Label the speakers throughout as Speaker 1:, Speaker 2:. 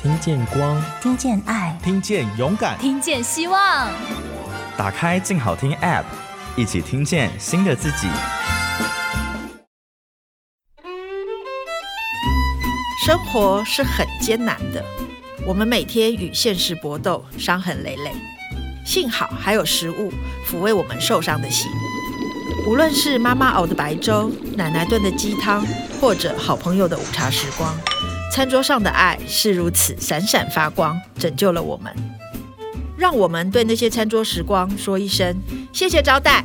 Speaker 1: 听见光，
Speaker 2: 听见爱，
Speaker 3: 听见勇敢，
Speaker 4: 听见希望。
Speaker 5: 打开静好听 App，一起听见新的自己。
Speaker 6: 生活是很艰难的，我们每天与现实搏斗，伤痕累累。幸好还有食物抚慰我们受伤的心。无论是妈妈熬的白粥、奶奶炖的鸡汤，或者好朋友的午茶时光，餐桌上的爱是如此闪闪发光，拯救了我们。让我们对那些餐桌时光说一声谢谢招待。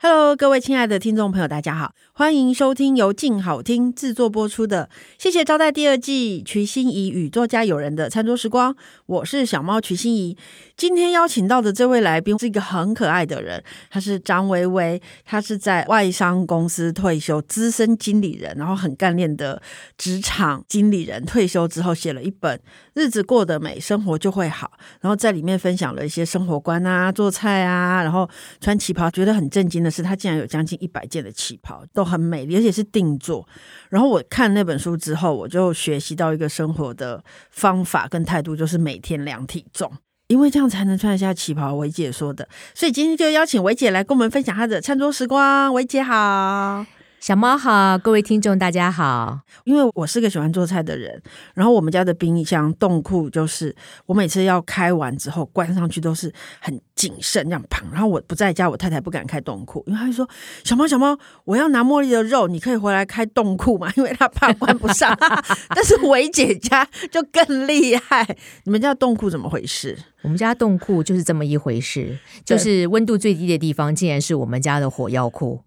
Speaker 7: Hello，各位亲爱的听众朋友，大家好，欢迎收听由静好听制作播出的《谢谢招待》第二季，瞿欣怡与作家友人的餐桌时光，我是小猫瞿欣怡。今天邀请到的这位来宾是一个很可爱的人，他是张薇薇，他是在外商公司退休，资深经理人，然后很干练的职场经理人。退休之后写了一本《日子过得美，生活就会好》，然后在里面分享了一些生活观啊、做菜啊，然后穿旗袍，觉得很震惊的是，他竟然有将近一百件的旗袍，都很美丽，而且是定做。然后我看那本书之后，我就学习到一个生活的方法跟态度，就是每天量体重，因为这样才能穿得下旗袍。维姐说的，所以今天就邀请维姐来跟我们分享她的餐桌时光。维姐好。
Speaker 8: 小猫好，各位听众大家好。
Speaker 7: 因为我是个喜欢做菜的人，然后我们家的冰箱冻库就是我每次要开完之后关上去都是很谨慎这样砰。然后我不在家，我太太不敢开冻库，因为她就说：“小猫小猫，我要拿茉莉的肉，你可以回来开冻库嘛， 因为她怕关不上。” 但是维姐家就更厉害，你们家冻库怎么回事？
Speaker 8: 我们家冻库就是这么一回事，就是温度最低的地方，竟然是我们家的火药库。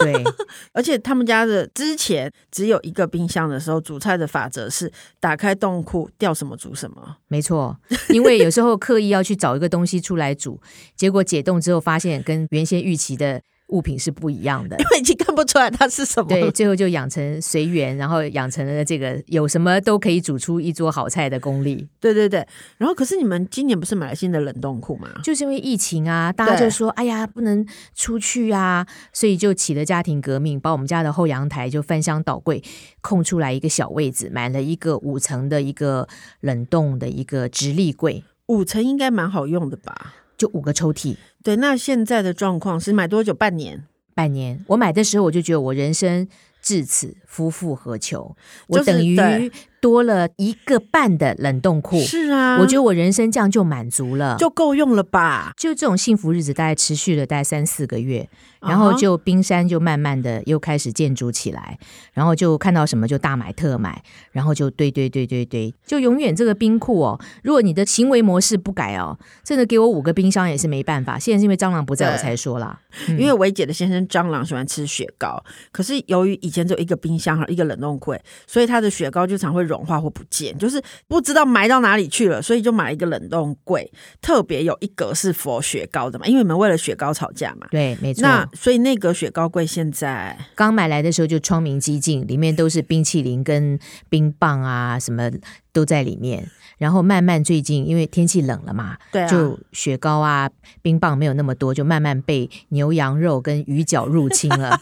Speaker 8: 对，
Speaker 7: 而且他们家的之前只有一个冰箱的时候，煮菜的法则是打开冻库掉什么煮什么。
Speaker 8: 没错，因为有时候刻意要去找一个东西出来煮，结果解冻之后发现跟原先预期的物品是不一样的
Speaker 7: 因。为已经看不出来它是什么。
Speaker 8: 对，，最后就养成随缘，然后养成了这个有什么都可以煮出一桌好菜的功力。
Speaker 7: 对对对。然后，可是你们今年不是买了新的冷冻库吗？
Speaker 8: 就是因为疫情啊，大家
Speaker 7: 对
Speaker 8: 就说哎呀不能出去啊，所以就起了家庭革命，把我们家的后阳台就翻箱倒柜，空出来一个小位置，买了一个五层的一个冷冻的一个直立柜，
Speaker 7: 五层应该蛮好用的吧？
Speaker 8: 就五个抽屉。
Speaker 7: 对，那现在的状况是买多久？半年？
Speaker 8: 半年，我买的时候我就觉得我人生至此夫复何求，我
Speaker 7: 就是啊
Speaker 8: 等于
Speaker 7: 对
Speaker 8: 多了一个半的冷冻库，
Speaker 7: 是啊，
Speaker 8: 我觉得我人生这样就满足了，
Speaker 7: 就够用了吧？
Speaker 8: 就这种幸福日子大概持续了大概三四个月，然后
Speaker 7: 啊哈
Speaker 8: 就冰山就慢慢的又开始建筑起来，然后就看到什么就大买特买，然后就堆堆堆堆堆，就永远这个冰库哦。如果你的行为模式不改哦，真的给我五个冰箱也是没办法。现在是因为蟑螂不在，
Speaker 7: 对
Speaker 8: 我才说啦，嗯
Speaker 7: 因为维姐的先生蟑螂喜欢吃雪糕，可是由于以前只有一个冰箱和一个冷冻柜，所以他的雪糕就常会融化或不见，就是不知道埋到哪里去了，所以就买了一个冷冻柜，特别有一格是佛雪糕的嘛，因为你们为了雪糕吵架嘛。
Speaker 8: 对，没错。
Speaker 7: 那所以那个雪糕柜现在
Speaker 8: 刚买来的时候就窗明几净，里面都是冰淇淋跟冰棒啊，什么都在里面。然后慢慢最近因为天气冷了嘛，
Speaker 7: 对啊
Speaker 8: 就雪糕啊、冰棒没有那么多，就慢慢被牛羊肉跟鱼饺入侵 了。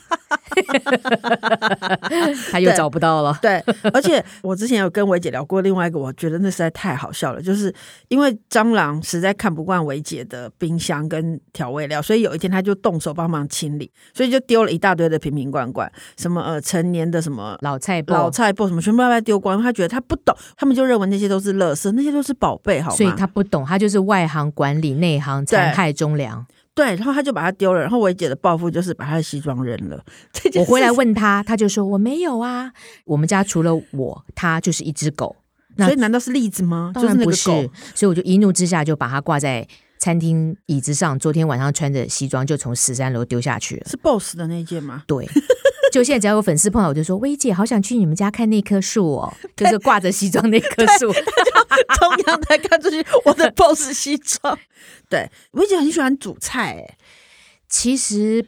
Speaker 8: 他又找不到了，
Speaker 7: 对，而且我之前有跟维姐聊过另外一个，我觉得那实在太好笑了，就是因为蟑螂实在看不惯维姐的冰箱跟调味料，所以有一天他就动手帮忙清理，所以就丢了一大堆的瓶瓶罐罐，什么呃成年的什么。
Speaker 8: 老菜包
Speaker 7: 老菜包什么全部要把它丢光，他觉得他不懂，他们就认为那些都是垃圾，那些都是宝贝，好吗？
Speaker 8: 所以他不懂，他就是外行管理，内行残害忠 良。
Speaker 7: 对，然后他就把它丢了，然后维姐的报复就是把他的西装扔了。这件
Speaker 8: 我回来
Speaker 7: 事情，
Speaker 8: 问他，他就说我没有啊。我们家除了我，他就是一只狗。那
Speaker 7: 所以难道是栗子吗？
Speaker 8: 当然
Speaker 7: 就是那
Speaker 8: 不
Speaker 7: 个
Speaker 8: 是
Speaker 7: 狗，，
Speaker 8: 所以我就一怒之下就把它挂在餐厅椅子上。昨天晚上穿着西装就从十三楼丢下去了。
Speaker 7: 是 BOSS 的那一件吗？
Speaker 8: 对，就现在只要有粉丝碰到我，就说：“薇姐，好想去你们家看那棵树哦，就是挂着西装那棵树。
Speaker 7: 从阳台看出去，我的 BOSS 西装。对，我一直很喜欢煮菜、欸，
Speaker 8: 其实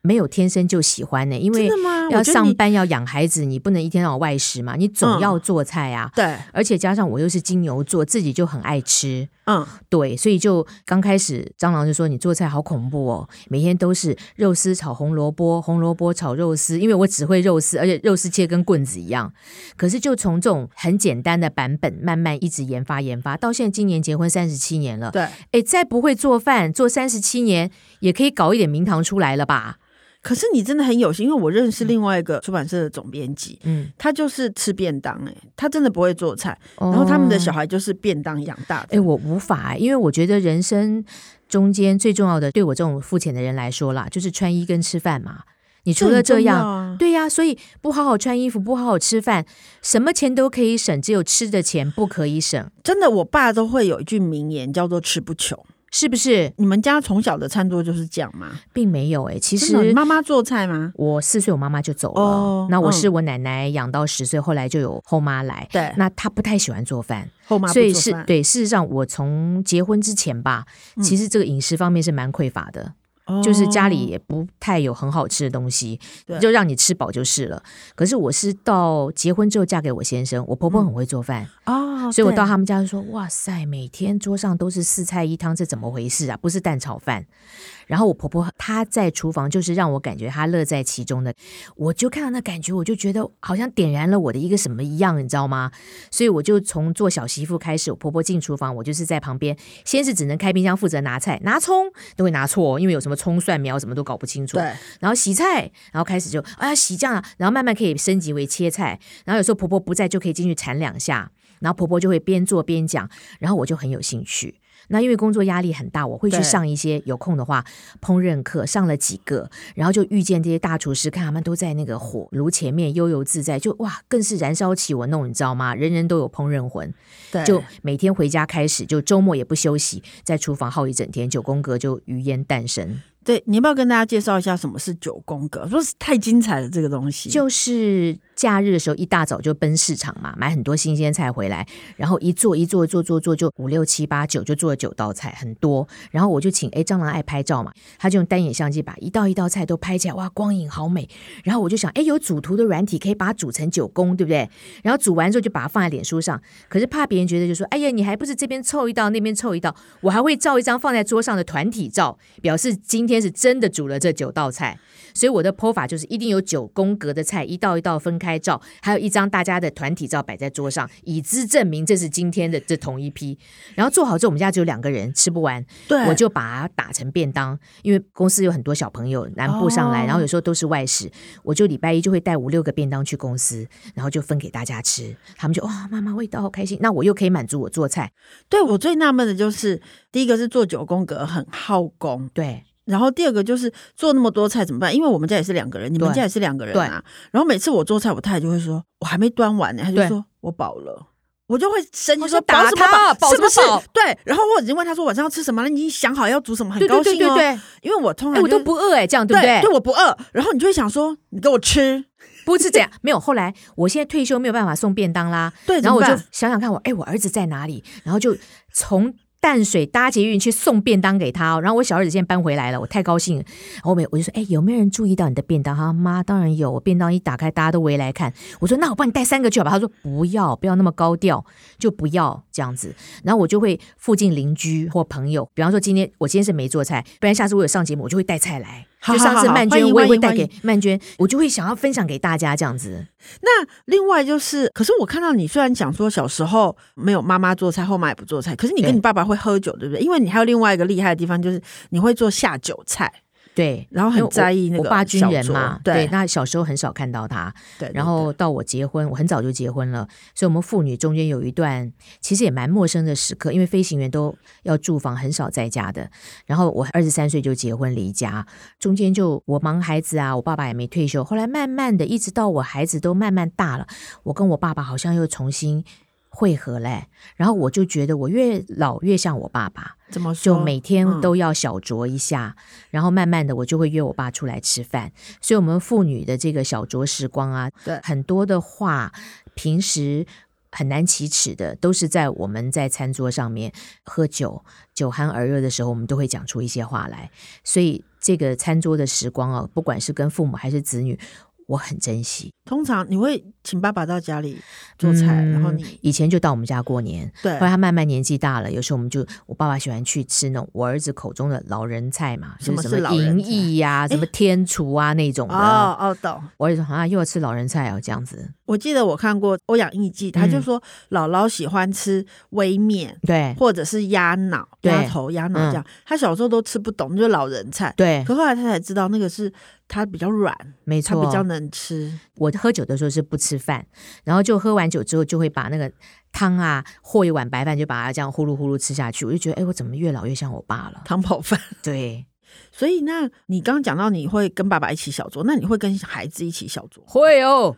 Speaker 8: 没有天生就喜欢呢、因为
Speaker 7: 真的吗？
Speaker 8: 要
Speaker 7: 我觉得
Speaker 8: 上
Speaker 7: 你
Speaker 8: 班要养孩子，你不能一天到晚外食嘛，你总
Speaker 7: 嗯
Speaker 8: 要做菜啊。
Speaker 7: 对，
Speaker 8: 而且加上我又是金牛座，自己就很爱吃，
Speaker 7: 嗯，
Speaker 8: 对，所以就刚开始蟑螂就说你做菜好恐怖哦，每天都是肉丝炒红萝卜，红萝卜炒肉丝，因为我只会肉丝，而且肉丝切跟棍子一样。可是就从这种很简单的版本，慢慢一直研发研发，到现在今年结婚三十七年了，
Speaker 7: 对。
Speaker 8: 哎，再不会做饭，做三十七年也可以搞一点名堂出来了吧？
Speaker 7: 可是你真的很有心，因为我认识另外一个出版社的总编辑，
Speaker 8: 嗯，
Speaker 7: 他就是吃便当、欸，他真的不会做菜，然后他们的小
Speaker 8: 哦
Speaker 7: 孩就是便当养大的。
Speaker 8: 哎，我无法，因为我觉得人生中间最重要的，对我这种肤浅的人来说啦，就是穿衣跟吃饭嘛。你除了
Speaker 7: 很重
Speaker 8: 这样
Speaker 7: 要，啊，
Speaker 8: 对呀、所以不好好穿衣服，不好好吃饭，什么钱都可以省，只有吃的钱不可以省，
Speaker 7: 真的，我爸都会有一句名言叫做“吃不穷
Speaker 8: 是不是”。？
Speaker 7: 你们家从小的餐桌就是这样吗？
Speaker 8: 并没有诶、其
Speaker 7: 真的哦你
Speaker 8: 实
Speaker 7: 妈妈做菜吗？
Speaker 8: 我四岁，我妈妈就走了。
Speaker 7: 哦
Speaker 8: 那我
Speaker 7: 嗯
Speaker 8: 是我奶奶养到十岁，后来就有后妈来。
Speaker 7: 对
Speaker 8: 那她不太喜欢做饭，
Speaker 7: 后妈不
Speaker 8: 所以
Speaker 7: 做
Speaker 8: 是
Speaker 7: 饭嗯
Speaker 8: 对。事实上，我从结婚之前吧，其实这个饮食方面是蛮匮乏的。就是家里也不太有很好吃的东西
Speaker 7: 哦对，
Speaker 8: 就让你吃饱就是了。可是我是到结婚之后嫁给我先生，我婆婆
Speaker 7: 嗯
Speaker 8: 很会做饭，
Speaker 7: 哦，
Speaker 8: 所以我
Speaker 7: 对
Speaker 8: 到他们家就说：“哇塞，每天桌上都是四菜一汤，这怎么回事啊？不是蛋炒饭。”然后我婆婆她在厨房，就是让我感觉她乐在其中的，我就看到那感觉，我就觉得好像点燃了我的一个什么一样，你知道吗？所以我就从做小媳妇开始，我婆婆进厨房，我就是在旁边，先是只能开冰箱负责拿菜，拿葱都会拿错哦，因为有什么葱蒜苗什么都搞不清楚。
Speaker 7: 对
Speaker 8: 然后洗菜，然后开始就哎呀洗酱啊，然后慢慢可以升级为切菜，然后有时候婆婆不在就可以进去铲两下，然后婆婆就会边做边讲，然后我就很有兴趣。那因为工作压力很大，我会去
Speaker 7: 对
Speaker 8: 上一些有空的话烹饪课，上了几个，然后就遇见这些大厨师，看他们都在那个火炉前面悠游自在，就哇，更是燃烧起我弄，你知道吗？人人都有烹饪魂，
Speaker 7: 对，
Speaker 8: 就每天回家开始，就周末也不休息，在厨房耗一整天，九宫格就余烟诞生。
Speaker 7: 对。你要不要跟大家介绍一下什么是九宫格？说是太精彩了，这个东西
Speaker 8: 就是假日的时候一大早就奔市场嘛，买很多新鲜菜回来，然后一做一做做做做就五六七八九就做了九道菜，很多。然后我就请哎蟑螂爱拍照嘛，他就用单眼相机把一道一道菜都拍起来，哇，光影好美。然后我就想，哎，有主图的软体可以把它煮成九宫，对不对？然后煮完之后就把它放在脸书上，可是怕别人觉得就说，哎呀，你还不是这边凑一道那边凑一道，我还会照一张放在桌上的团体照，表示今天是真的煮了这九道菜。所以我的剖法就是一定有九宫格的菜，一道一道分开照，还有一张大家的团体照摆在桌上，以资证明这是今天的这同一批。然后做好之后，我们家只有两个人吃不完，
Speaker 7: 对，
Speaker 8: 我就把它打成便当，因为公司有很多小朋友南部上来，
Speaker 7: 哦
Speaker 8: 然后有时候都是外食，我就礼拜一就会带五六个便当去公司，然后就分给大家吃，他们就哇妈妈味道好开心，那我又可以满足我做菜，
Speaker 7: 对我最纳闷的就是，第一个是做九宫格很耗工，
Speaker 8: 对
Speaker 7: 然后第二个就是做那么多菜怎么办？因为我们家也是两个人，你们
Speaker 8: 对
Speaker 7: 家也是两个人啊。然后每次我做菜，我太太就会说：“我还没端完呢。”她就
Speaker 8: 对
Speaker 7: 说：“我饱了。”我就会生气
Speaker 8: 我
Speaker 7: 说
Speaker 8: 说：“
Speaker 7: 饱
Speaker 8: 打
Speaker 7: 什么
Speaker 8: 他
Speaker 7: 饱？
Speaker 8: 饱
Speaker 7: 是不是
Speaker 8: 什么饱？”
Speaker 7: 对。然后我已经问他说：“晚上要吃什么了？”你已经想好要煮什么，很
Speaker 8: 对
Speaker 7: 高
Speaker 8: 对
Speaker 7: 兴
Speaker 8: 对
Speaker 7: 哦。
Speaker 8: 对对，
Speaker 7: 因为我通
Speaker 8: 哎
Speaker 7: 常
Speaker 8: 我
Speaker 7: 就
Speaker 8: 都
Speaker 7: 是
Speaker 8: 不饿哎，这样对
Speaker 7: 对
Speaker 8: 不对？
Speaker 7: 对，我不饿。然后你就会想说：“你给我吃。
Speaker 8: 不是这样，没有。后来我现在退休没有办法送便当啦，”
Speaker 7: 对，
Speaker 8: 然后我
Speaker 7: 怎
Speaker 8: 就
Speaker 7: 么办
Speaker 8: 想想看我，哎，我儿子在哪里？然后就从淡水搭捷运去送便当给他、哦。然后我小儿子现在搬回来了，我太高兴了。然后我每我就说，哎，有没有人注意到你的便当？他说妈，当然有。我便当一打开，大家都围来看。我说那我帮你带三个去好吧？他说不要，不要那么高调，就不要这样子。然后我就会附近邻居或朋友，比方说今天我今天是没做菜，不然下次我有上节目，我就会带菜来。
Speaker 7: 好
Speaker 8: 就上
Speaker 7: 好
Speaker 8: 次
Speaker 7: 好
Speaker 8: 曼
Speaker 7: 欢
Speaker 8: 娟，
Speaker 7: 迎
Speaker 8: 我也
Speaker 7: 欢
Speaker 8: 会
Speaker 7: 迎
Speaker 8: 带
Speaker 7: 欢迎
Speaker 8: 给曼娟，我就会想要分享给大家这样子。
Speaker 7: 那另外就是，可是我看到你虽然讲说小时候没有妈妈做菜，后妈也不做菜，可是你跟
Speaker 8: 对
Speaker 7: 你爸爸会喝酒，对不对？因为你还有另外一个厉害的地方，就是你会做下酒菜，
Speaker 8: 对，
Speaker 7: 然后很
Speaker 8: 因为我
Speaker 7: 在意那个
Speaker 8: 我爸军
Speaker 7: 小
Speaker 8: 人
Speaker 7: 酌
Speaker 8: 嘛，
Speaker 7: 对
Speaker 8: 那小时候很少看到他，
Speaker 7: 对对
Speaker 8: 然后到我结婚，我很早就结婚了，所以我们父女中间有一段其实也蛮陌生的时刻，因为飞行员都要住房，很少在家的。然后我二十三岁就结婚离家，中间就我忙孩子啊，我爸爸也没退休，后来慢慢的，一直到我孩子都慢慢大了，我跟我爸爸好像又重新。汇合嘞，然后我就觉得我越老越像我爸爸，
Speaker 7: 对怎么说？
Speaker 8: 就每天
Speaker 7: 嗯
Speaker 8: 都要小酌一下，然后慢慢的我就会约我爸出来吃饭，所以我们父女的这个小酌时光啊，
Speaker 7: 对
Speaker 8: 很多的话，平时。很难启齿的，都是在我们在餐桌上面喝酒、酒酣耳热的时候，我们都会讲出一些话来。所以这个餐桌的时光啊，不管是跟父母还是子女，我很珍惜。
Speaker 7: 通常你会请爸爸到家里做菜，然后
Speaker 8: 嗯
Speaker 7: 你
Speaker 8: 以前就 到我们家过年，
Speaker 7: 对
Speaker 8: 后来他慢慢年纪大了，有时候我们就我爸爸喜欢去吃那种我儿子口中的老人菜嘛，
Speaker 7: 什么
Speaker 8: 就是是什
Speaker 7: 老
Speaker 8: 么
Speaker 7: 人
Speaker 8: 银
Speaker 7: 菜
Speaker 8: 翼呀、什么天厨啊那种的。
Speaker 7: 哦哦懂。
Speaker 8: 我儿子说啊，又要吃老人菜哦，这样子。
Speaker 7: 我记得我看过欧阳艺伎，
Speaker 8: 嗯
Speaker 7: 他就说姥姥喜欢吃微面。
Speaker 8: 对
Speaker 7: 或者是鸭脑、
Speaker 8: 对嗯
Speaker 7: 鸭头、鸭脑这样，他小时候都吃不懂，就是老人菜。
Speaker 8: 对，
Speaker 7: 可后来他才知道，那个是它比较软，
Speaker 8: 没
Speaker 7: 它
Speaker 8: 错。
Speaker 7: 比较 能吃。
Speaker 8: 我喝酒的时候是不吃饭，然后就喝完酒之后就会把那个汤啊和一碗白饭，就把它这样呼噜呼噜吃下去。我就觉得，哎，我怎么越老越像我爸了？
Speaker 7: 汤泡饭。
Speaker 8: 对，
Speaker 7: 所以，那你刚刚讲到你会跟爸爸一起小酌，那你会跟孩子一起小酌？
Speaker 8: 会哦，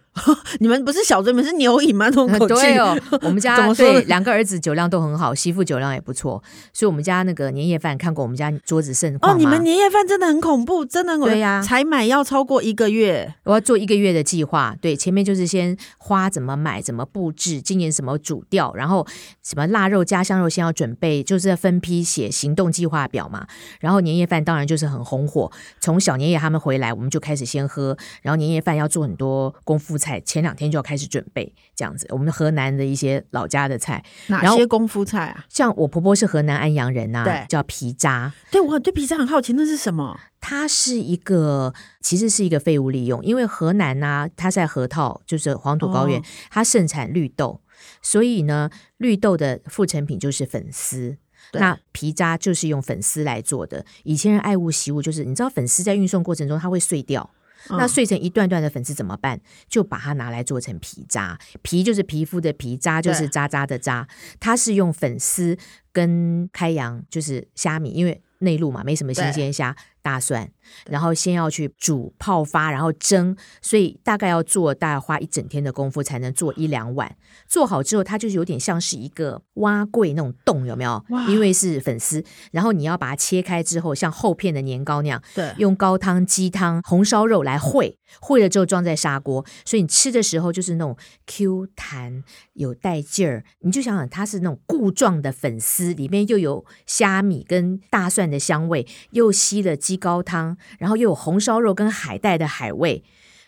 Speaker 7: 你们不是小酌，你们是牛饮吗？那种口气、
Speaker 8: 对哦，我们
Speaker 7: 怎
Speaker 8: 家
Speaker 7: 么说
Speaker 8: 对
Speaker 7: 呢
Speaker 8: 两个儿子酒量都很好，媳妇酒量也不错，所以我们家那个年夜饭看过我们家桌子盛况
Speaker 7: 哦，你
Speaker 8: 吗
Speaker 7: 们年夜饭真的很恐怖，真的很恐怖。
Speaker 8: 对呀
Speaker 7: 才买要超过一个月，
Speaker 8: 我要做一个月的计划，对，前面就是先花怎么买、怎么布置，今年什么主调，然后什么腊肉、家乡肉先要准备，就是要分批写行动计划表嘛。然后年夜饭当然就是很红火，从小年夜他们回来，我们就开始先喝，然后年夜饭要做很多功夫菜，前两天就要开始准备这样子。我们河南的一些老家的菜，
Speaker 7: 哪
Speaker 8: 然后
Speaker 7: 些功夫菜啊？
Speaker 8: 像我婆婆是河南安阳人呐、
Speaker 7: 对
Speaker 8: 叫皮渣，
Speaker 7: 对我对皮菜很好奇，那是什么？
Speaker 8: 它是一个，其实是一个废物利用，因为河南呐、它在河套，就是黄土高原，
Speaker 7: 哦
Speaker 8: 它盛产绿豆，所以呢，绿豆的副成品就是粉丝。
Speaker 7: 对
Speaker 8: 那皮渣就是用粉丝来做的。以前人爱物惜物，就是你知道粉丝在运送过程中它会碎掉，那
Speaker 7: 嗯
Speaker 8: 碎成一段段的粉丝怎么办？就把它拿来做成皮渣，皮就是皮肤的皮，渣就是
Speaker 7: 对
Speaker 8: 渣渣的渣。它是用粉丝跟开洋，就是虾米，因为内陆嘛没什么新
Speaker 7: 对
Speaker 8: 鲜虾，大蒜，然后先要去煮泡发，然后蒸，所以大概要做大概花一整天的功夫才能做一两碗。做好之后，它就是有点像是一个蛙柜那种洞，有没有
Speaker 7: 哇？
Speaker 8: 因为是粉丝，然后你要把它切开之后，像厚片的年糕那样，
Speaker 7: 对，
Speaker 8: 用高汤、鸡汤、红烧肉来烩，烩了之后装在砂锅，所以你吃的时候就是那种 Q 弹有带劲儿。你就想想，它是那种固状的粉丝，里面又有虾米跟大蒜的香味，又吸了鸡高汤，然后又有红烧肉跟海带的海味，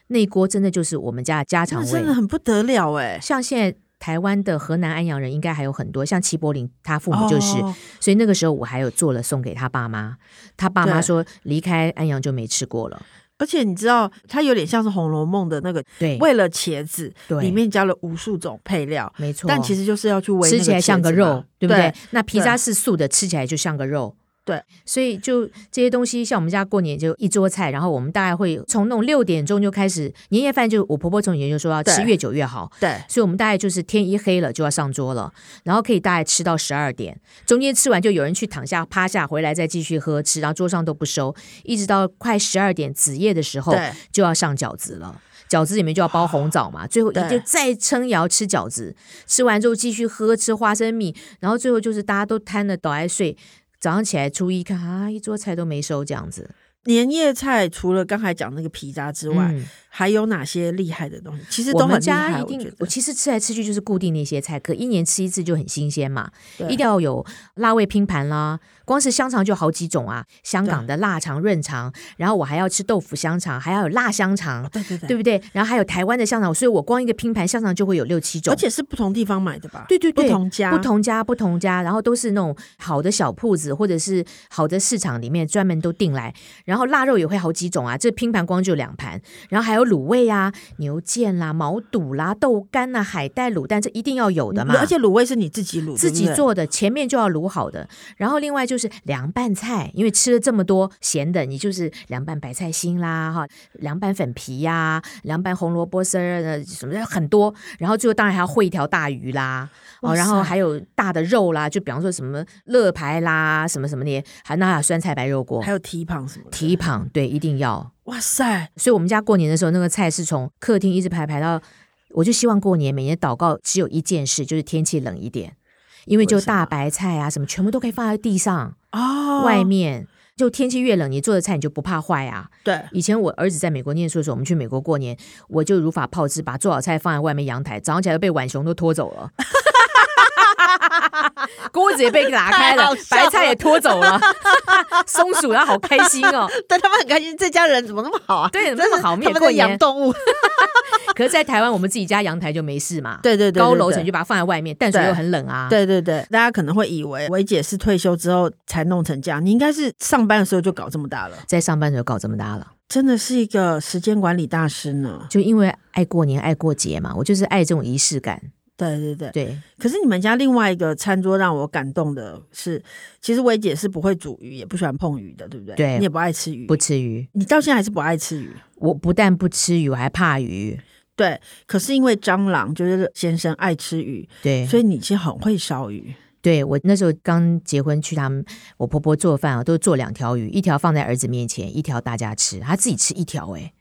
Speaker 8: 那一锅真的就是我们家的家常
Speaker 7: 那
Speaker 8: 味。
Speaker 7: 真的很不得了哎、
Speaker 8: 像现在台湾的河南安阳人应该还有很多，像齐柏林他父母就是，
Speaker 7: 哦
Speaker 8: 所以那个时候我还有做了送给他爸妈，他爸妈
Speaker 7: 对
Speaker 8: 说离开安阳就没吃过了。
Speaker 7: 而且你知道，它有点像是《红楼梦》的那个，
Speaker 8: 对，
Speaker 7: 为了茄子，
Speaker 8: 对
Speaker 7: 里面加了无数种配料，
Speaker 8: 没错，
Speaker 7: 但其实就是要去煨那
Speaker 8: 吃起来
Speaker 7: 茄
Speaker 8: 像个
Speaker 7: 子
Speaker 8: 肉
Speaker 7: 嘛，
Speaker 8: 对不对？
Speaker 7: 对？
Speaker 8: 那皮扎是素的，吃起来就像个肉。
Speaker 7: 对，
Speaker 8: 所以就这些东西，像我们家过年就一桌菜，然后我们大概会从那种六点钟就开始年夜饭就，我婆婆从以前就说要吃
Speaker 7: 对
Speaker 8: 越久越好，
Speaker 7: 对
Speaker 8: 所以我们大概就是天一黑了就要上桌了，然后可以大概吃到十二点，中间吃完就有人去躺下趴下，回来再继续喝吃，然后桌上都不收，一直到快十二点子夜的时候
Speaker 7: 对哦
Speaker 8: 就要上饺子了。饺子里面就要包红枣嘛，最后
Speaker 7: 对
Speaker 8: 就再撑也要吃饺子，吃完之后继续喝吃花生米，然后最后就是大家都瘫了倒来睡，早上起来初一看啊一桌菜都没收这样子。
Speaker 7: 年夜菜除了刚才讲那个皮渣之外，
Speaker 8: 嗯
Speaker 7: 还有哪些厉害的东西？其实
Speaker 8: 我
Speaker 7: 都很
Speaker 8: 们
Speaker 7: 厉
Speaker 8: 家
Speaker 7: 害，
Speaker 8: 一
Speaker 7: 我
Speaker 8: 定
Speaker 7: 觉，
Speaker 8: 我
Speaker 7: 得。
Speaker 8: 其实吃来吃去就是固定那些菜，可一年吃一次就很新鲜嘛。
Speaker 7: 对
Speaker 8: 一定要有辣味拼盘啦，光是香肠就好几种啊，香港的腊肠、润肠，然后我还要吃豆腐香肠，还要有辣香肠，
Speaker 7: 对对对，
Speaker 8: 对不对？然后还有台湾的香肠，所以我光一个拼盘香肠就会有六七种
Speaker 7: 而。且是不同地方买的吧？
Speaker 8: 对对对，
Speaker 7: 不同家，
Speaker 8: 不同家、不同家，然后都是那种好的小铺子或者是好的市场里面专门都订来，然后腊肉也会好几种啊，这拼盘光就两盘，然后还有卤味啊、牛腱啦、毛肚啦、豆干啦、海带卤蛋，这一定要有的嘛。
Speaker 7: 而且卤味是你自己卤，
Speaker 8: 自己
Speaker 7: 对不对，
Speaker 8: 做的，前面就要卤好的，然后另外就是凉拌菜，因为吃了这么多咸的，你就是凉拌白菜心啦，哈，凉拌粉皮呀、凉拌红萝卜丝儿的什么的很多，然后最后当然还要烩一条大鱼啦，哦，
Speaker 7: 哇
Speaker 8: 然后
Speaker 7: 塞
Speaker 8: 还有大的肉啦，就比方说什么乐排啦，什么什么的，还那还有酸菜白肉锅
Speaker 7: 还，有蹄膀什么的。
Speaker 8: 蹄膀对，一定要。
Speaker 7: 哇塞，
Speaker 8: 所以我们家过年的时候，那个菜是从客厅一直排排到，我就希望过年每年祷告只有一件事，就是天气冷一点，因为就
Speaker 7: 为什么
Speaker 8: 大白菜啊什么全部都可以放在地上、
Speaker 7: 哦，
Speaker 8: 外面。就天气越冷，你做的菜你就不怕坏啊。
Speaker 6: 对，
Speaker 8: 以前我儿子在美国念书的时候，我们去美国过年，我就如法炮制，把做好菜放在外面阳台，早上起来被浣熊都拖走了。 锅子也被打开
Speaker 7: 太
Speaker 8: 了
Speaker 7: 好，笑了
Speaker 8: 白菜也拖走了， 松鼠它好开心哦。
Speaker 7: 但他们很开心，这家人怎么那么好啊？
Speaker 8: 对怎么那么好我
Speaker 7: 真
Speaker 8: 们也
Speaker 7: 是他们在
Speaker 8: 过年
Speaker 7: 养动物，
Speaker 8: 可是，在台湾我们自己家阳台就没事嘛，
Speaker 7: 对对对，对
Speaker 8: 高楼
Speaker 7: 对
Speaker 8: 层就把它放在外面，淡水
Speaker 7: 对
Speaker 8: 又很冷啊。
Speaker 7: 对对对，大家可能会以为维姐是退休之后才弄成这样，你应该是上班的时候就搞这么大了，
Speaker 8: 在上班的时候搞这么大了，
Speaker 7: 真的是一个时间管理大师呢。
Speaker 8: 就因为爱过年、爱过节嘛，我就是爱这种仪式感。
Speaker 7: 对对对，
Speaker 8: 对，
Speaker 7: 可是你们家另外一个餐桌让我感动的是，其实维姐是不会煮鱼，也不喜欢碰鱼的，对不对？
Speaker 8: 对
Speaker 7: 你也不爱吃鱼，
Speaker 8: 不吃鱼，
Speaker 7: 你到现在还是不爱吃鱼。
Speaker 8: 我不但不吃鱼，我还怕鱼。
Speaker 7: 对，可是因为蟑螂就是先生爱吃鱼，
Speaker 8: 对，
Speaker 7: 所以你其实很会烧鱼。
Speaker 8: 对我那时候刚结婚去他们，我婆婆做饭啊，都做两条鱼，一条放在儿子面前，一条大家吃，她自己吃一条哎、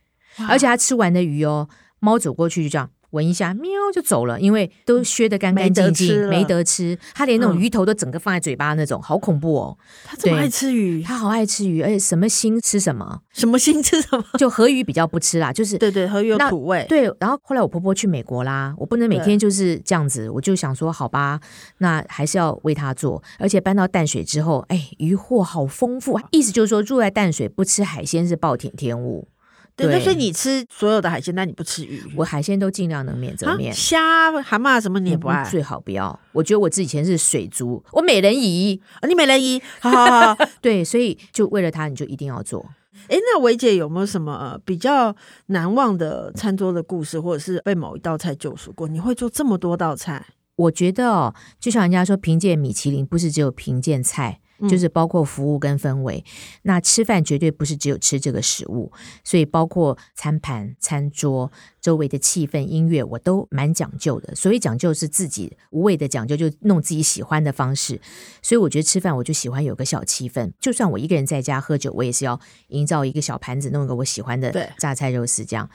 Speaker 8: 而且她吃完的鱼哦，猫走过去就这样闻一下，喵就走了，因为都削得干干净净，没
Speaker 7: 嗯没
Speaker 8: 得
Speaker 7: 得
Speaker 8: 吃，她连那种
Speaker 7: 嗯
Speaker 8: 鱼头都整个放在嘴巴那种，好恐怖哦！
Speaker 7: 他这么
Speaker 8: 对
Speaker 7: 爱吃鱼，
Speaker 8: 她好爱吃鱼，而且什么心吃什么，
Speaker 7: 什么心吃什么？
Speaker 8: 就河鱼比较不吃啦，就是
Speaker 7: 对对，和有
Speaker 8: 那
Speaker 7: 土味。
Speaker 8: 对，然后后来我婆婆去美国啦，我不能每
Speaker 7: 对
Speaker 8: 天就是这样子，我就想说，好吧，那还是要为她做。而且搬到淡水之后，哎，鱼货好丰富，意思就是说住在淡水不吃海鲜是暴殄天物。
Speaker 7: 对，
Speaker 8: 对
Speaker 7: 那所以你吃所有的海鲜，但你不吃鱼。
Speaker 8: 我海鲜都尽量能免则
Speaker 7: 啊
Speaker 8: 免，
Speaker 7: 虾、蛤蟆什么你也不爱，
Speaker 8: 嗯最好不要。我觉得我自己以前是水族，我美人鱼，
Speaker 7: 啊你美人鱼，好好好。哎、
Speaker 8: 对，所以就为了它，你就一定要做。
Speaker 7: 那维姐有没有什么、呃比较难忘的餐桌的故事，或者是被某一道菜救赎过？你会做这么多道菜，
Speaker 8: 我觉得哦，就像人家说，评鉴米其林不是只有评鉴菜，
Speaker 7: 嗯
Speaker 8: 就是包括服务跟氛围。那吃饭绝对不是只有吃这个食物，所以包括餐盘、餐桌、周围的气氛、音乐，我都蛮讲究的。所以讲究是自己无谓的讲究，就弄自己喜欢的方式。所以我觉得吃饭，我就喜欢有个小气氛。就算我一个人在家喝酒，我也是要营造一个小盘子，弄一个我喜欢
Speaker 7: 对
Speaker 8: 的榨菜肉丝这样。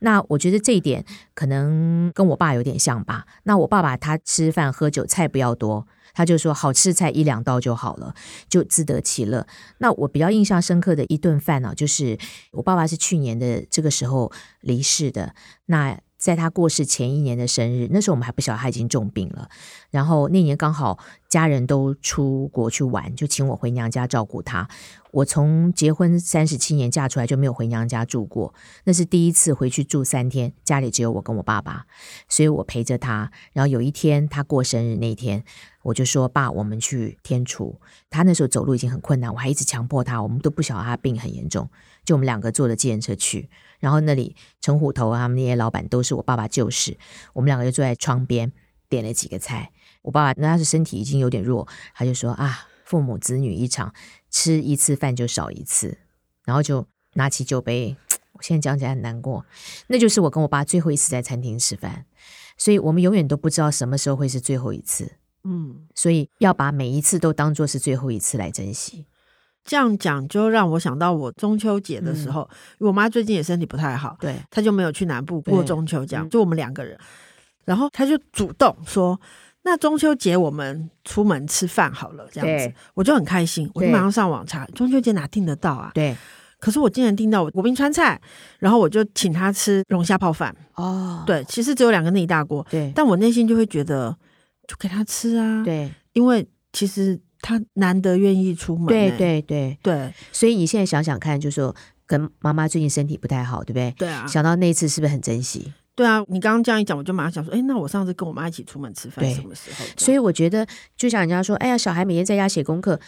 Speaker 8: 那我觉得这一点可能跟我爸有点像吧。那我爸爸他吃饭喝酒菜不要多，他就说好吃菜一两道就好了，就自得其乐。那我比较印象深刻的一顿饭呢、就是我爸爸是去年的这个时候离世的。那在他过世前一年的生日，那时候我们还不晓得他已经重病了。然后那年刚好家人都出国去玩，就请我回娘家照顾他。我从结婚三十七年嫁出来就没有回娘家住过，那是第一次回去住三天，家里只有我跟我爸爸，所以我陪着他。然后有一天他过生日那一天，我就说爸，我们去天厨。他那时候走路已经很困难，我还一直强迫他，我们都不晓得他病很严重，就我们两个坐了计程车去。然后那里陈虎头啊，他们那些老板都是我爸爸旧识，我们两个就坐在窗边点了几个菜。我爸爸那他是身体已经有点弱，他就说啊，父母子女一场，吃一次饭就少一次，然后就拿起酒杯。我现在讲起来很难过，那就是我跟我爸最后一次在餐厅吃饭，所以我们永远都不知道什么时候会是最后一次。
Speaker 7: 嗯，
Speaker 8: 所以要把每一次都当做是最后一次来珍惜。
Speaker 7: 这样讲就让我想到我中秋节的
Speaker 8: 嗯
Speaker 7: 时候，我妈最近也身体不太好，
Speaker 8: 对，
Speaker 7: 她就没有去南部过中秋，这样
Speaker 8: 嗯
Speaker 7: 就我们两个人，然后她就主动说。那中秋节我们出门吃饭好了，这样子
Speaker 8: 对
Speaker 7: 我就很开心，我就
Speaker 8: 对
Speaker 7: 马上上网查中秋节哪订得到啊？
Speaker 8: 对，
Speaker 7: 可是我竟然订到国宾川菜，然后我就请他吃龙虾泡饭。
Speaker 8: 哦，
Speaker 7: 对，其实只有两个那一大锅，
Speaker 8: 对
Speaker 7: 但我内心就会觉得，就给他吃啊。，
Speaker 8: 对
Speaker 7: 因为其实他难得愿意出门、
Speaker 8: 对
Speaker 7: 欸
Speaker 8: 对对，
Speaker 7: 对
Speaker 8: 所以你现在想想看，就是说跟妈妈最近身体不太好，对不对？
Speaker 7: 对啊，
Speaker 8: 想到那一次是不是很珍惜？
Speaker 7: 对啊！你刚刚这样一讲，我就马上想说，哎，那我上次跟我妈一起出门吃饭
Speaker 8: 对
Speaker 7: 什么时候？
Speaker 8: 所
Speaker 7: 以
Speaker 8: 以我觉得，就像人家说，哎呀，小孩每天在家写功课，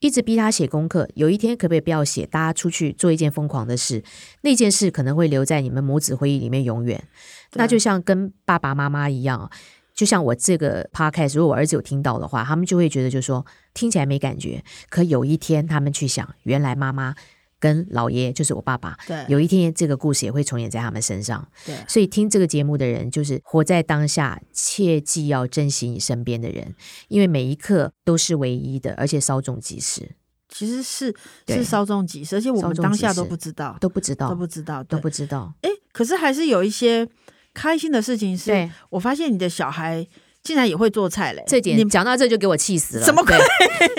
Speaker 8: 一直逼他写功课，有一天可不可以不要写？大家出去做一件疯狂的事，那件事可能会留在你们母子回忆里面永远。
Speaker 7: 对
Speaker 8: 那就像跟爸爸妈妈一样啊，就像我这个 podcast，如果我儿子有听到的话，他们就会觉得就说听起来没感觉，可有一天他们去想，原来妈妈跟姥爷就是我爸爸，
Speaker 7: 对
Speaker 8: 有一天这个故事也会重演在他们身上。
Speaker 7: 对
Speaker 8: 所以听这个节目的人，就是活在当下，切记要珍惜你身边的人，因为每一刻都是唯一的，而且稍纵即逝，
Speaker 7: 其实是
Speaker 8: 对
Speaker 7: 是稍纵即逝，而且我
Speaker 8: 稍
Speaker 7: 们
Speaker 8: 纵
Speaker 7: 当
Speaker 8: 即
Speaker 7: 下都
Speaker 8: 逝
Speaker 7: 不知道，
Speaker 8: 都不知道，
Speaker 7: 都不知哎道，
Speaker 8: 都
Speaker 7: 对
Speaker 8: 不知道。
Speaker 7: 哎，可是还是有一些开心的事情是，
Speaker 8: 对
Speaker 7: 我发现你的小孩竟然也会做菜嘞！
Speaker 8: 这点
Speaker 7: 你
Speaker 8: 讲到这就给我气死了。
Speaker 7: 怎么
Speaker 8: 对？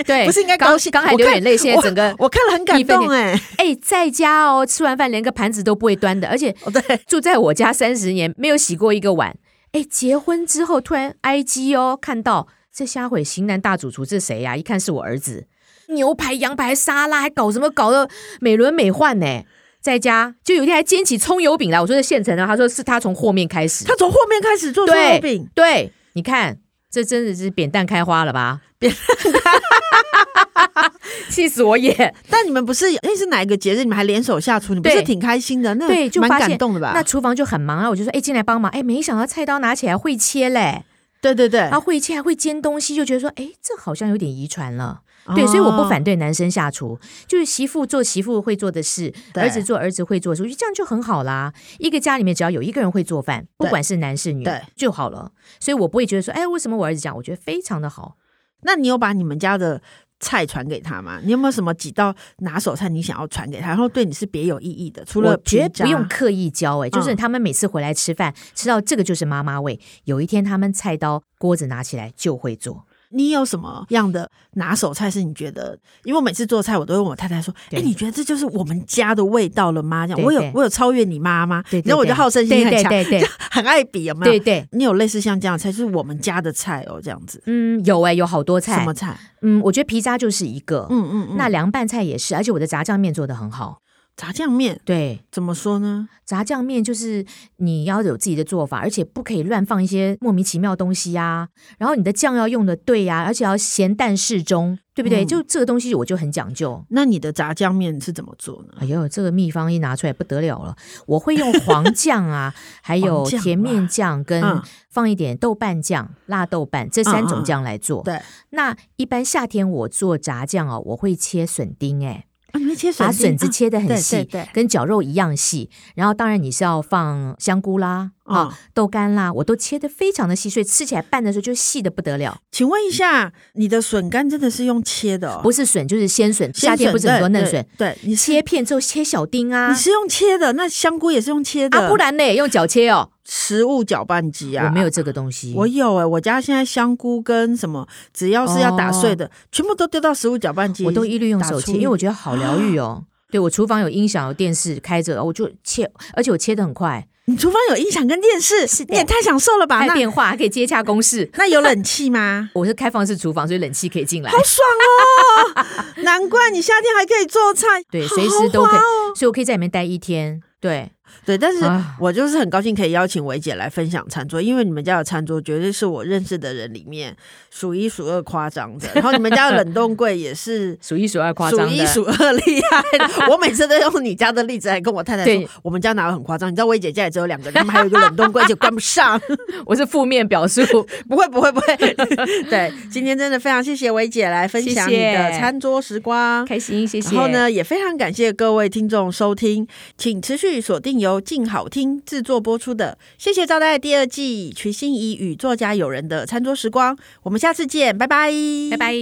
Speaker 8: 对，
Speaker 7: 不是应该
Speaker 8: 刚
Speaker 7: 高兴
Speaker 8: 刚还
Speaker 7: 我
Speaker 8: 流
Speaker 7: 看
Speaker 8: 眼泪，现在整个
Speaker 7: 我看了很感
Speaker 8: 义愤
Speaker 7: 动
Speaker 8: 填
Speaker 7: 哎、
Speaker 8: 哎，在家哦，吃完饭连个盘子都不会端的，而且
Speaker 7: 哦对，
Speaker 8: 住在我家三十年，没有洗过一个碗。哎，结婚之后突然 IG 哦，看到这瞎毁型男大主厨这谁呀、一看是我儿子，牛排、羊排、沙拉，还搞什么搞得美轮美奂呢？在家就有一天还煎起葱油饼来，我说是现成的，他说是他从和面开始，
Speaker 7: 他从后面开始做葱
Speaker 8: 对
Speaker 7: 油饼，
Speaker 8: 对，你看这真的是扁担开花了吧？
Speaker 7: 扁
Speaker 8: 担， 气死 我也。
Speaker 7: 但你们不是那是哪一个节日？你们还联手下厨，你不
Speaker 8: 对
Speaker 7: 是挺开心的？那
Speaker 8: 对，就
Speaker 7: 蛮
Speaker 8: 发
Speaker 7: 感
Speaker 8: 现
Speaker 7: 动的吧？
Speaker 8: 那厨房就很忙啊，我就说，哎，进来帮忙。哎，没想到菜刀拿起来会切嘞，
Speaker 7: 对对对，
Speaker 8: 然后会切还会煎东西，就觉得说，哎，这好像有点遗传了。对，所以我不
Speaker 7: 哦
Speaker 8: 反对男生下厨，就是媳妇做媳妇会做的事，
Speaker 7: 对
Speaker 8: 儿子做儿子会做的事，我觉得这样就很好啦。一个家里面只要有一个人会做饭，不
Speaker 7: 对
Speaker 8: 管是男是女
Speaker 7: 对
Speaker 8: 就好了。所以我不会觉得说，哎，为什么我儿子这样？我觉得非常的好。
Speaker 7: 那你有把你们家的菜传给他吗？你有没有什么几道拿手菜你想要传给他，然后对你是别有意义的？除了
Speaker 8: 我觉
Speaker 7: 皮
Speaker 8: 得不用
Speaker 7: 夹
Speaker 8: 刻意教、哎、就是
Speaker 7: 嗯
Speaker 8: 他们每次回来吃饭，吃到这个就是妈妈味。有一天他们菜刀锅子拿起来就会做。
Speaker 7: 你有什么样的拿手菜是你觉得？因为我每次做菜，我都会问我太太说：“哎、
Speaker 8: 对
Speaker 7: 你觉得这就是我们家的味道了吗？”这样
Speaker 8: 对
Speaker 7: 我有
Speaker 8: 对
Speaker 7: 我有超越你妈吗？
Speaker 8: 对对
Speaker 7: 然后我就
Speaker 8: 对
Speaker 7: 好胜心很
Speaker 8: 对
Speaker 7: 强，
Speaker 8: 对对对
Speaker 7: 很爱比，有没有？
Speaker 8: 对对，
Speaker 7: 你有类似像这样的菜，就是我们家的菜哦，这样子。
Speaker 8: 嗯，有哎、有好多
Speaker 7: 什
Speaker 8: 菜
Speaker 7: 么。菜？
Speaker 8: 嗯，我觉得皮渣就是一个。
Speaker 7: 嗯嗯嗯，
Speaker 8: 那凉拌菜也是，而且我的炸酱面做的很好。
Speaker 7: 炸酱面
Speaker 8: 对，
Speaker 7: 怎么说呢？
Speaker 8: 炸酱面就是你要有自己的做法，而且不可以乱放一些莫名其妙东西呀、然后你的酱要用的对呀、而且要咸淡适中，对不对？
Speaker 7: 嗯
Speaker 8: 就这个东西我就很讲究。
Speaker 7: 那你的炸酱面是怎么做呢？
Speaker 8: 哎呦，这个秘方一拿出来不得了了！我会用 黄酱啊，还有
Speaker 7: 黄酱
Speaker 8: 甜面酱，跟
Speaker 7: 嗯
Speaker 8: 放一点豆瓣酱、辣豆瓣这三
Speaker 7: 嗯嗯
Speaker 8: 种
Speaker 7: 嗯
Speaker 8: 酱来做。
Speaker 7: 对，
Speaker 8: 那一般夏天我做炸酱哦，我会切笋丁，哎，
Speaker 7: 啊，你会切
Speaker 8: 把
Speaker 7: 笋
Speaker 8: 笋
Speaker 7: 丁
Speaker 8: 子
Speaker 7: 啊
Speaker 8: 切得很细，
Speaker 7: 对对对
Speaker 8: 跟绞肉一样细。然后当然你是要放香菇啦、
Speaker 7: 嗯
Speaker 8: 啊豆干啦，我都切得非常的细，所以吃起来拌的时候就细的不得了。
Speaker 7: 请问一下，你的笋干真的是用切的、哦？
Speaker 8: 不是笋就是鲜笋，夏天不是很多嫩笋，
Speaker 7: 对，对你是
Speaker 8: 切片之后切小丁啊
Speaker 7: 你。是用切的，那香菇也是用切的，
Speaker 8: 啊，不然呢？用脚切哦，
Speaker 7: 食物搅拌机啊，
Speaker 8: 我没有，这个东西。
Speaker 7: 我有哎、我家现在香菇跟什么，只要是要打碎的，全部都丢到食物搅拌机，
Speaker 8: 哦我都一律用手切，因为我
Speaker 7: 得
Speaker 8: 觉得好疗愈
Speaker 7: 啊
Speaker 8: 哦。对我厨房有音响、有电视开着，哦我就切，而且我切的很快，
Speaker 7: 你厨房有音响跟电视，
Speaker 8: 是的
Speaker 7: 你也太享受了吧？
Speaker 8: 还有
Speaker 7: 啊那
Speaker 8: 变化，还可以接洽公事。？
Speaker 7: 那有冷气吗
Speaker 8: 我是开放式厨房，所以冷气可以 进来，
Speaker 7: 好爽哦！难怪你夏天还可以做菜，
Speaker 8: 对，
Speaker 7: 好哦
Speaker 8: 随时都可
Speaker 7: 豪
Speaker 8: 以
Speaker 7: 华，
Speaker 8: 所以我可以在里面待一天。对，
Speaker 7: 对，但是
Speaker 8: 啊
Speaker 7: 我就是很高兴可以邀请维姐来分享餐桌，因为你们家的餐桌绝对是我认识的人里面数一数二夸张 的。然后你们家的冷冻柜也是
Speaker 8: 数一数二夸
Speaker 7: 数
Speaker 8: 张的，
Speaker 7: 一数二厉害的。我每次都用你家的例子来跟我太 太说
Speaker 8: 对，
Speaker 7: 我们家哪有很夸张？你知道薇姐家也只有两个人，他们还有一个冷冻柜，而且关不 上。
Speaker 8: 我是负面表述。
Speaker 7: 不会，不会，不会。 对，今天真的非常谢谢薇姐来分享你的
Speaker 8: 谢谢
Speaker 7: 餐桌时光。
Speaker 8: 开心，谢谢。
Speaker 7: 然后？呢，也非常感谢各位听众收听，请持续锁定由静好听制作播出的《谢谢招待》第二季，瞿欣怡与作家友人的餐桌时光。我们下次见，拜拜，
Speaker 8: 拜拜。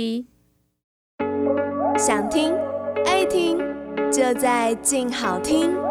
Speaker 1: 想听爱听，就在静好听。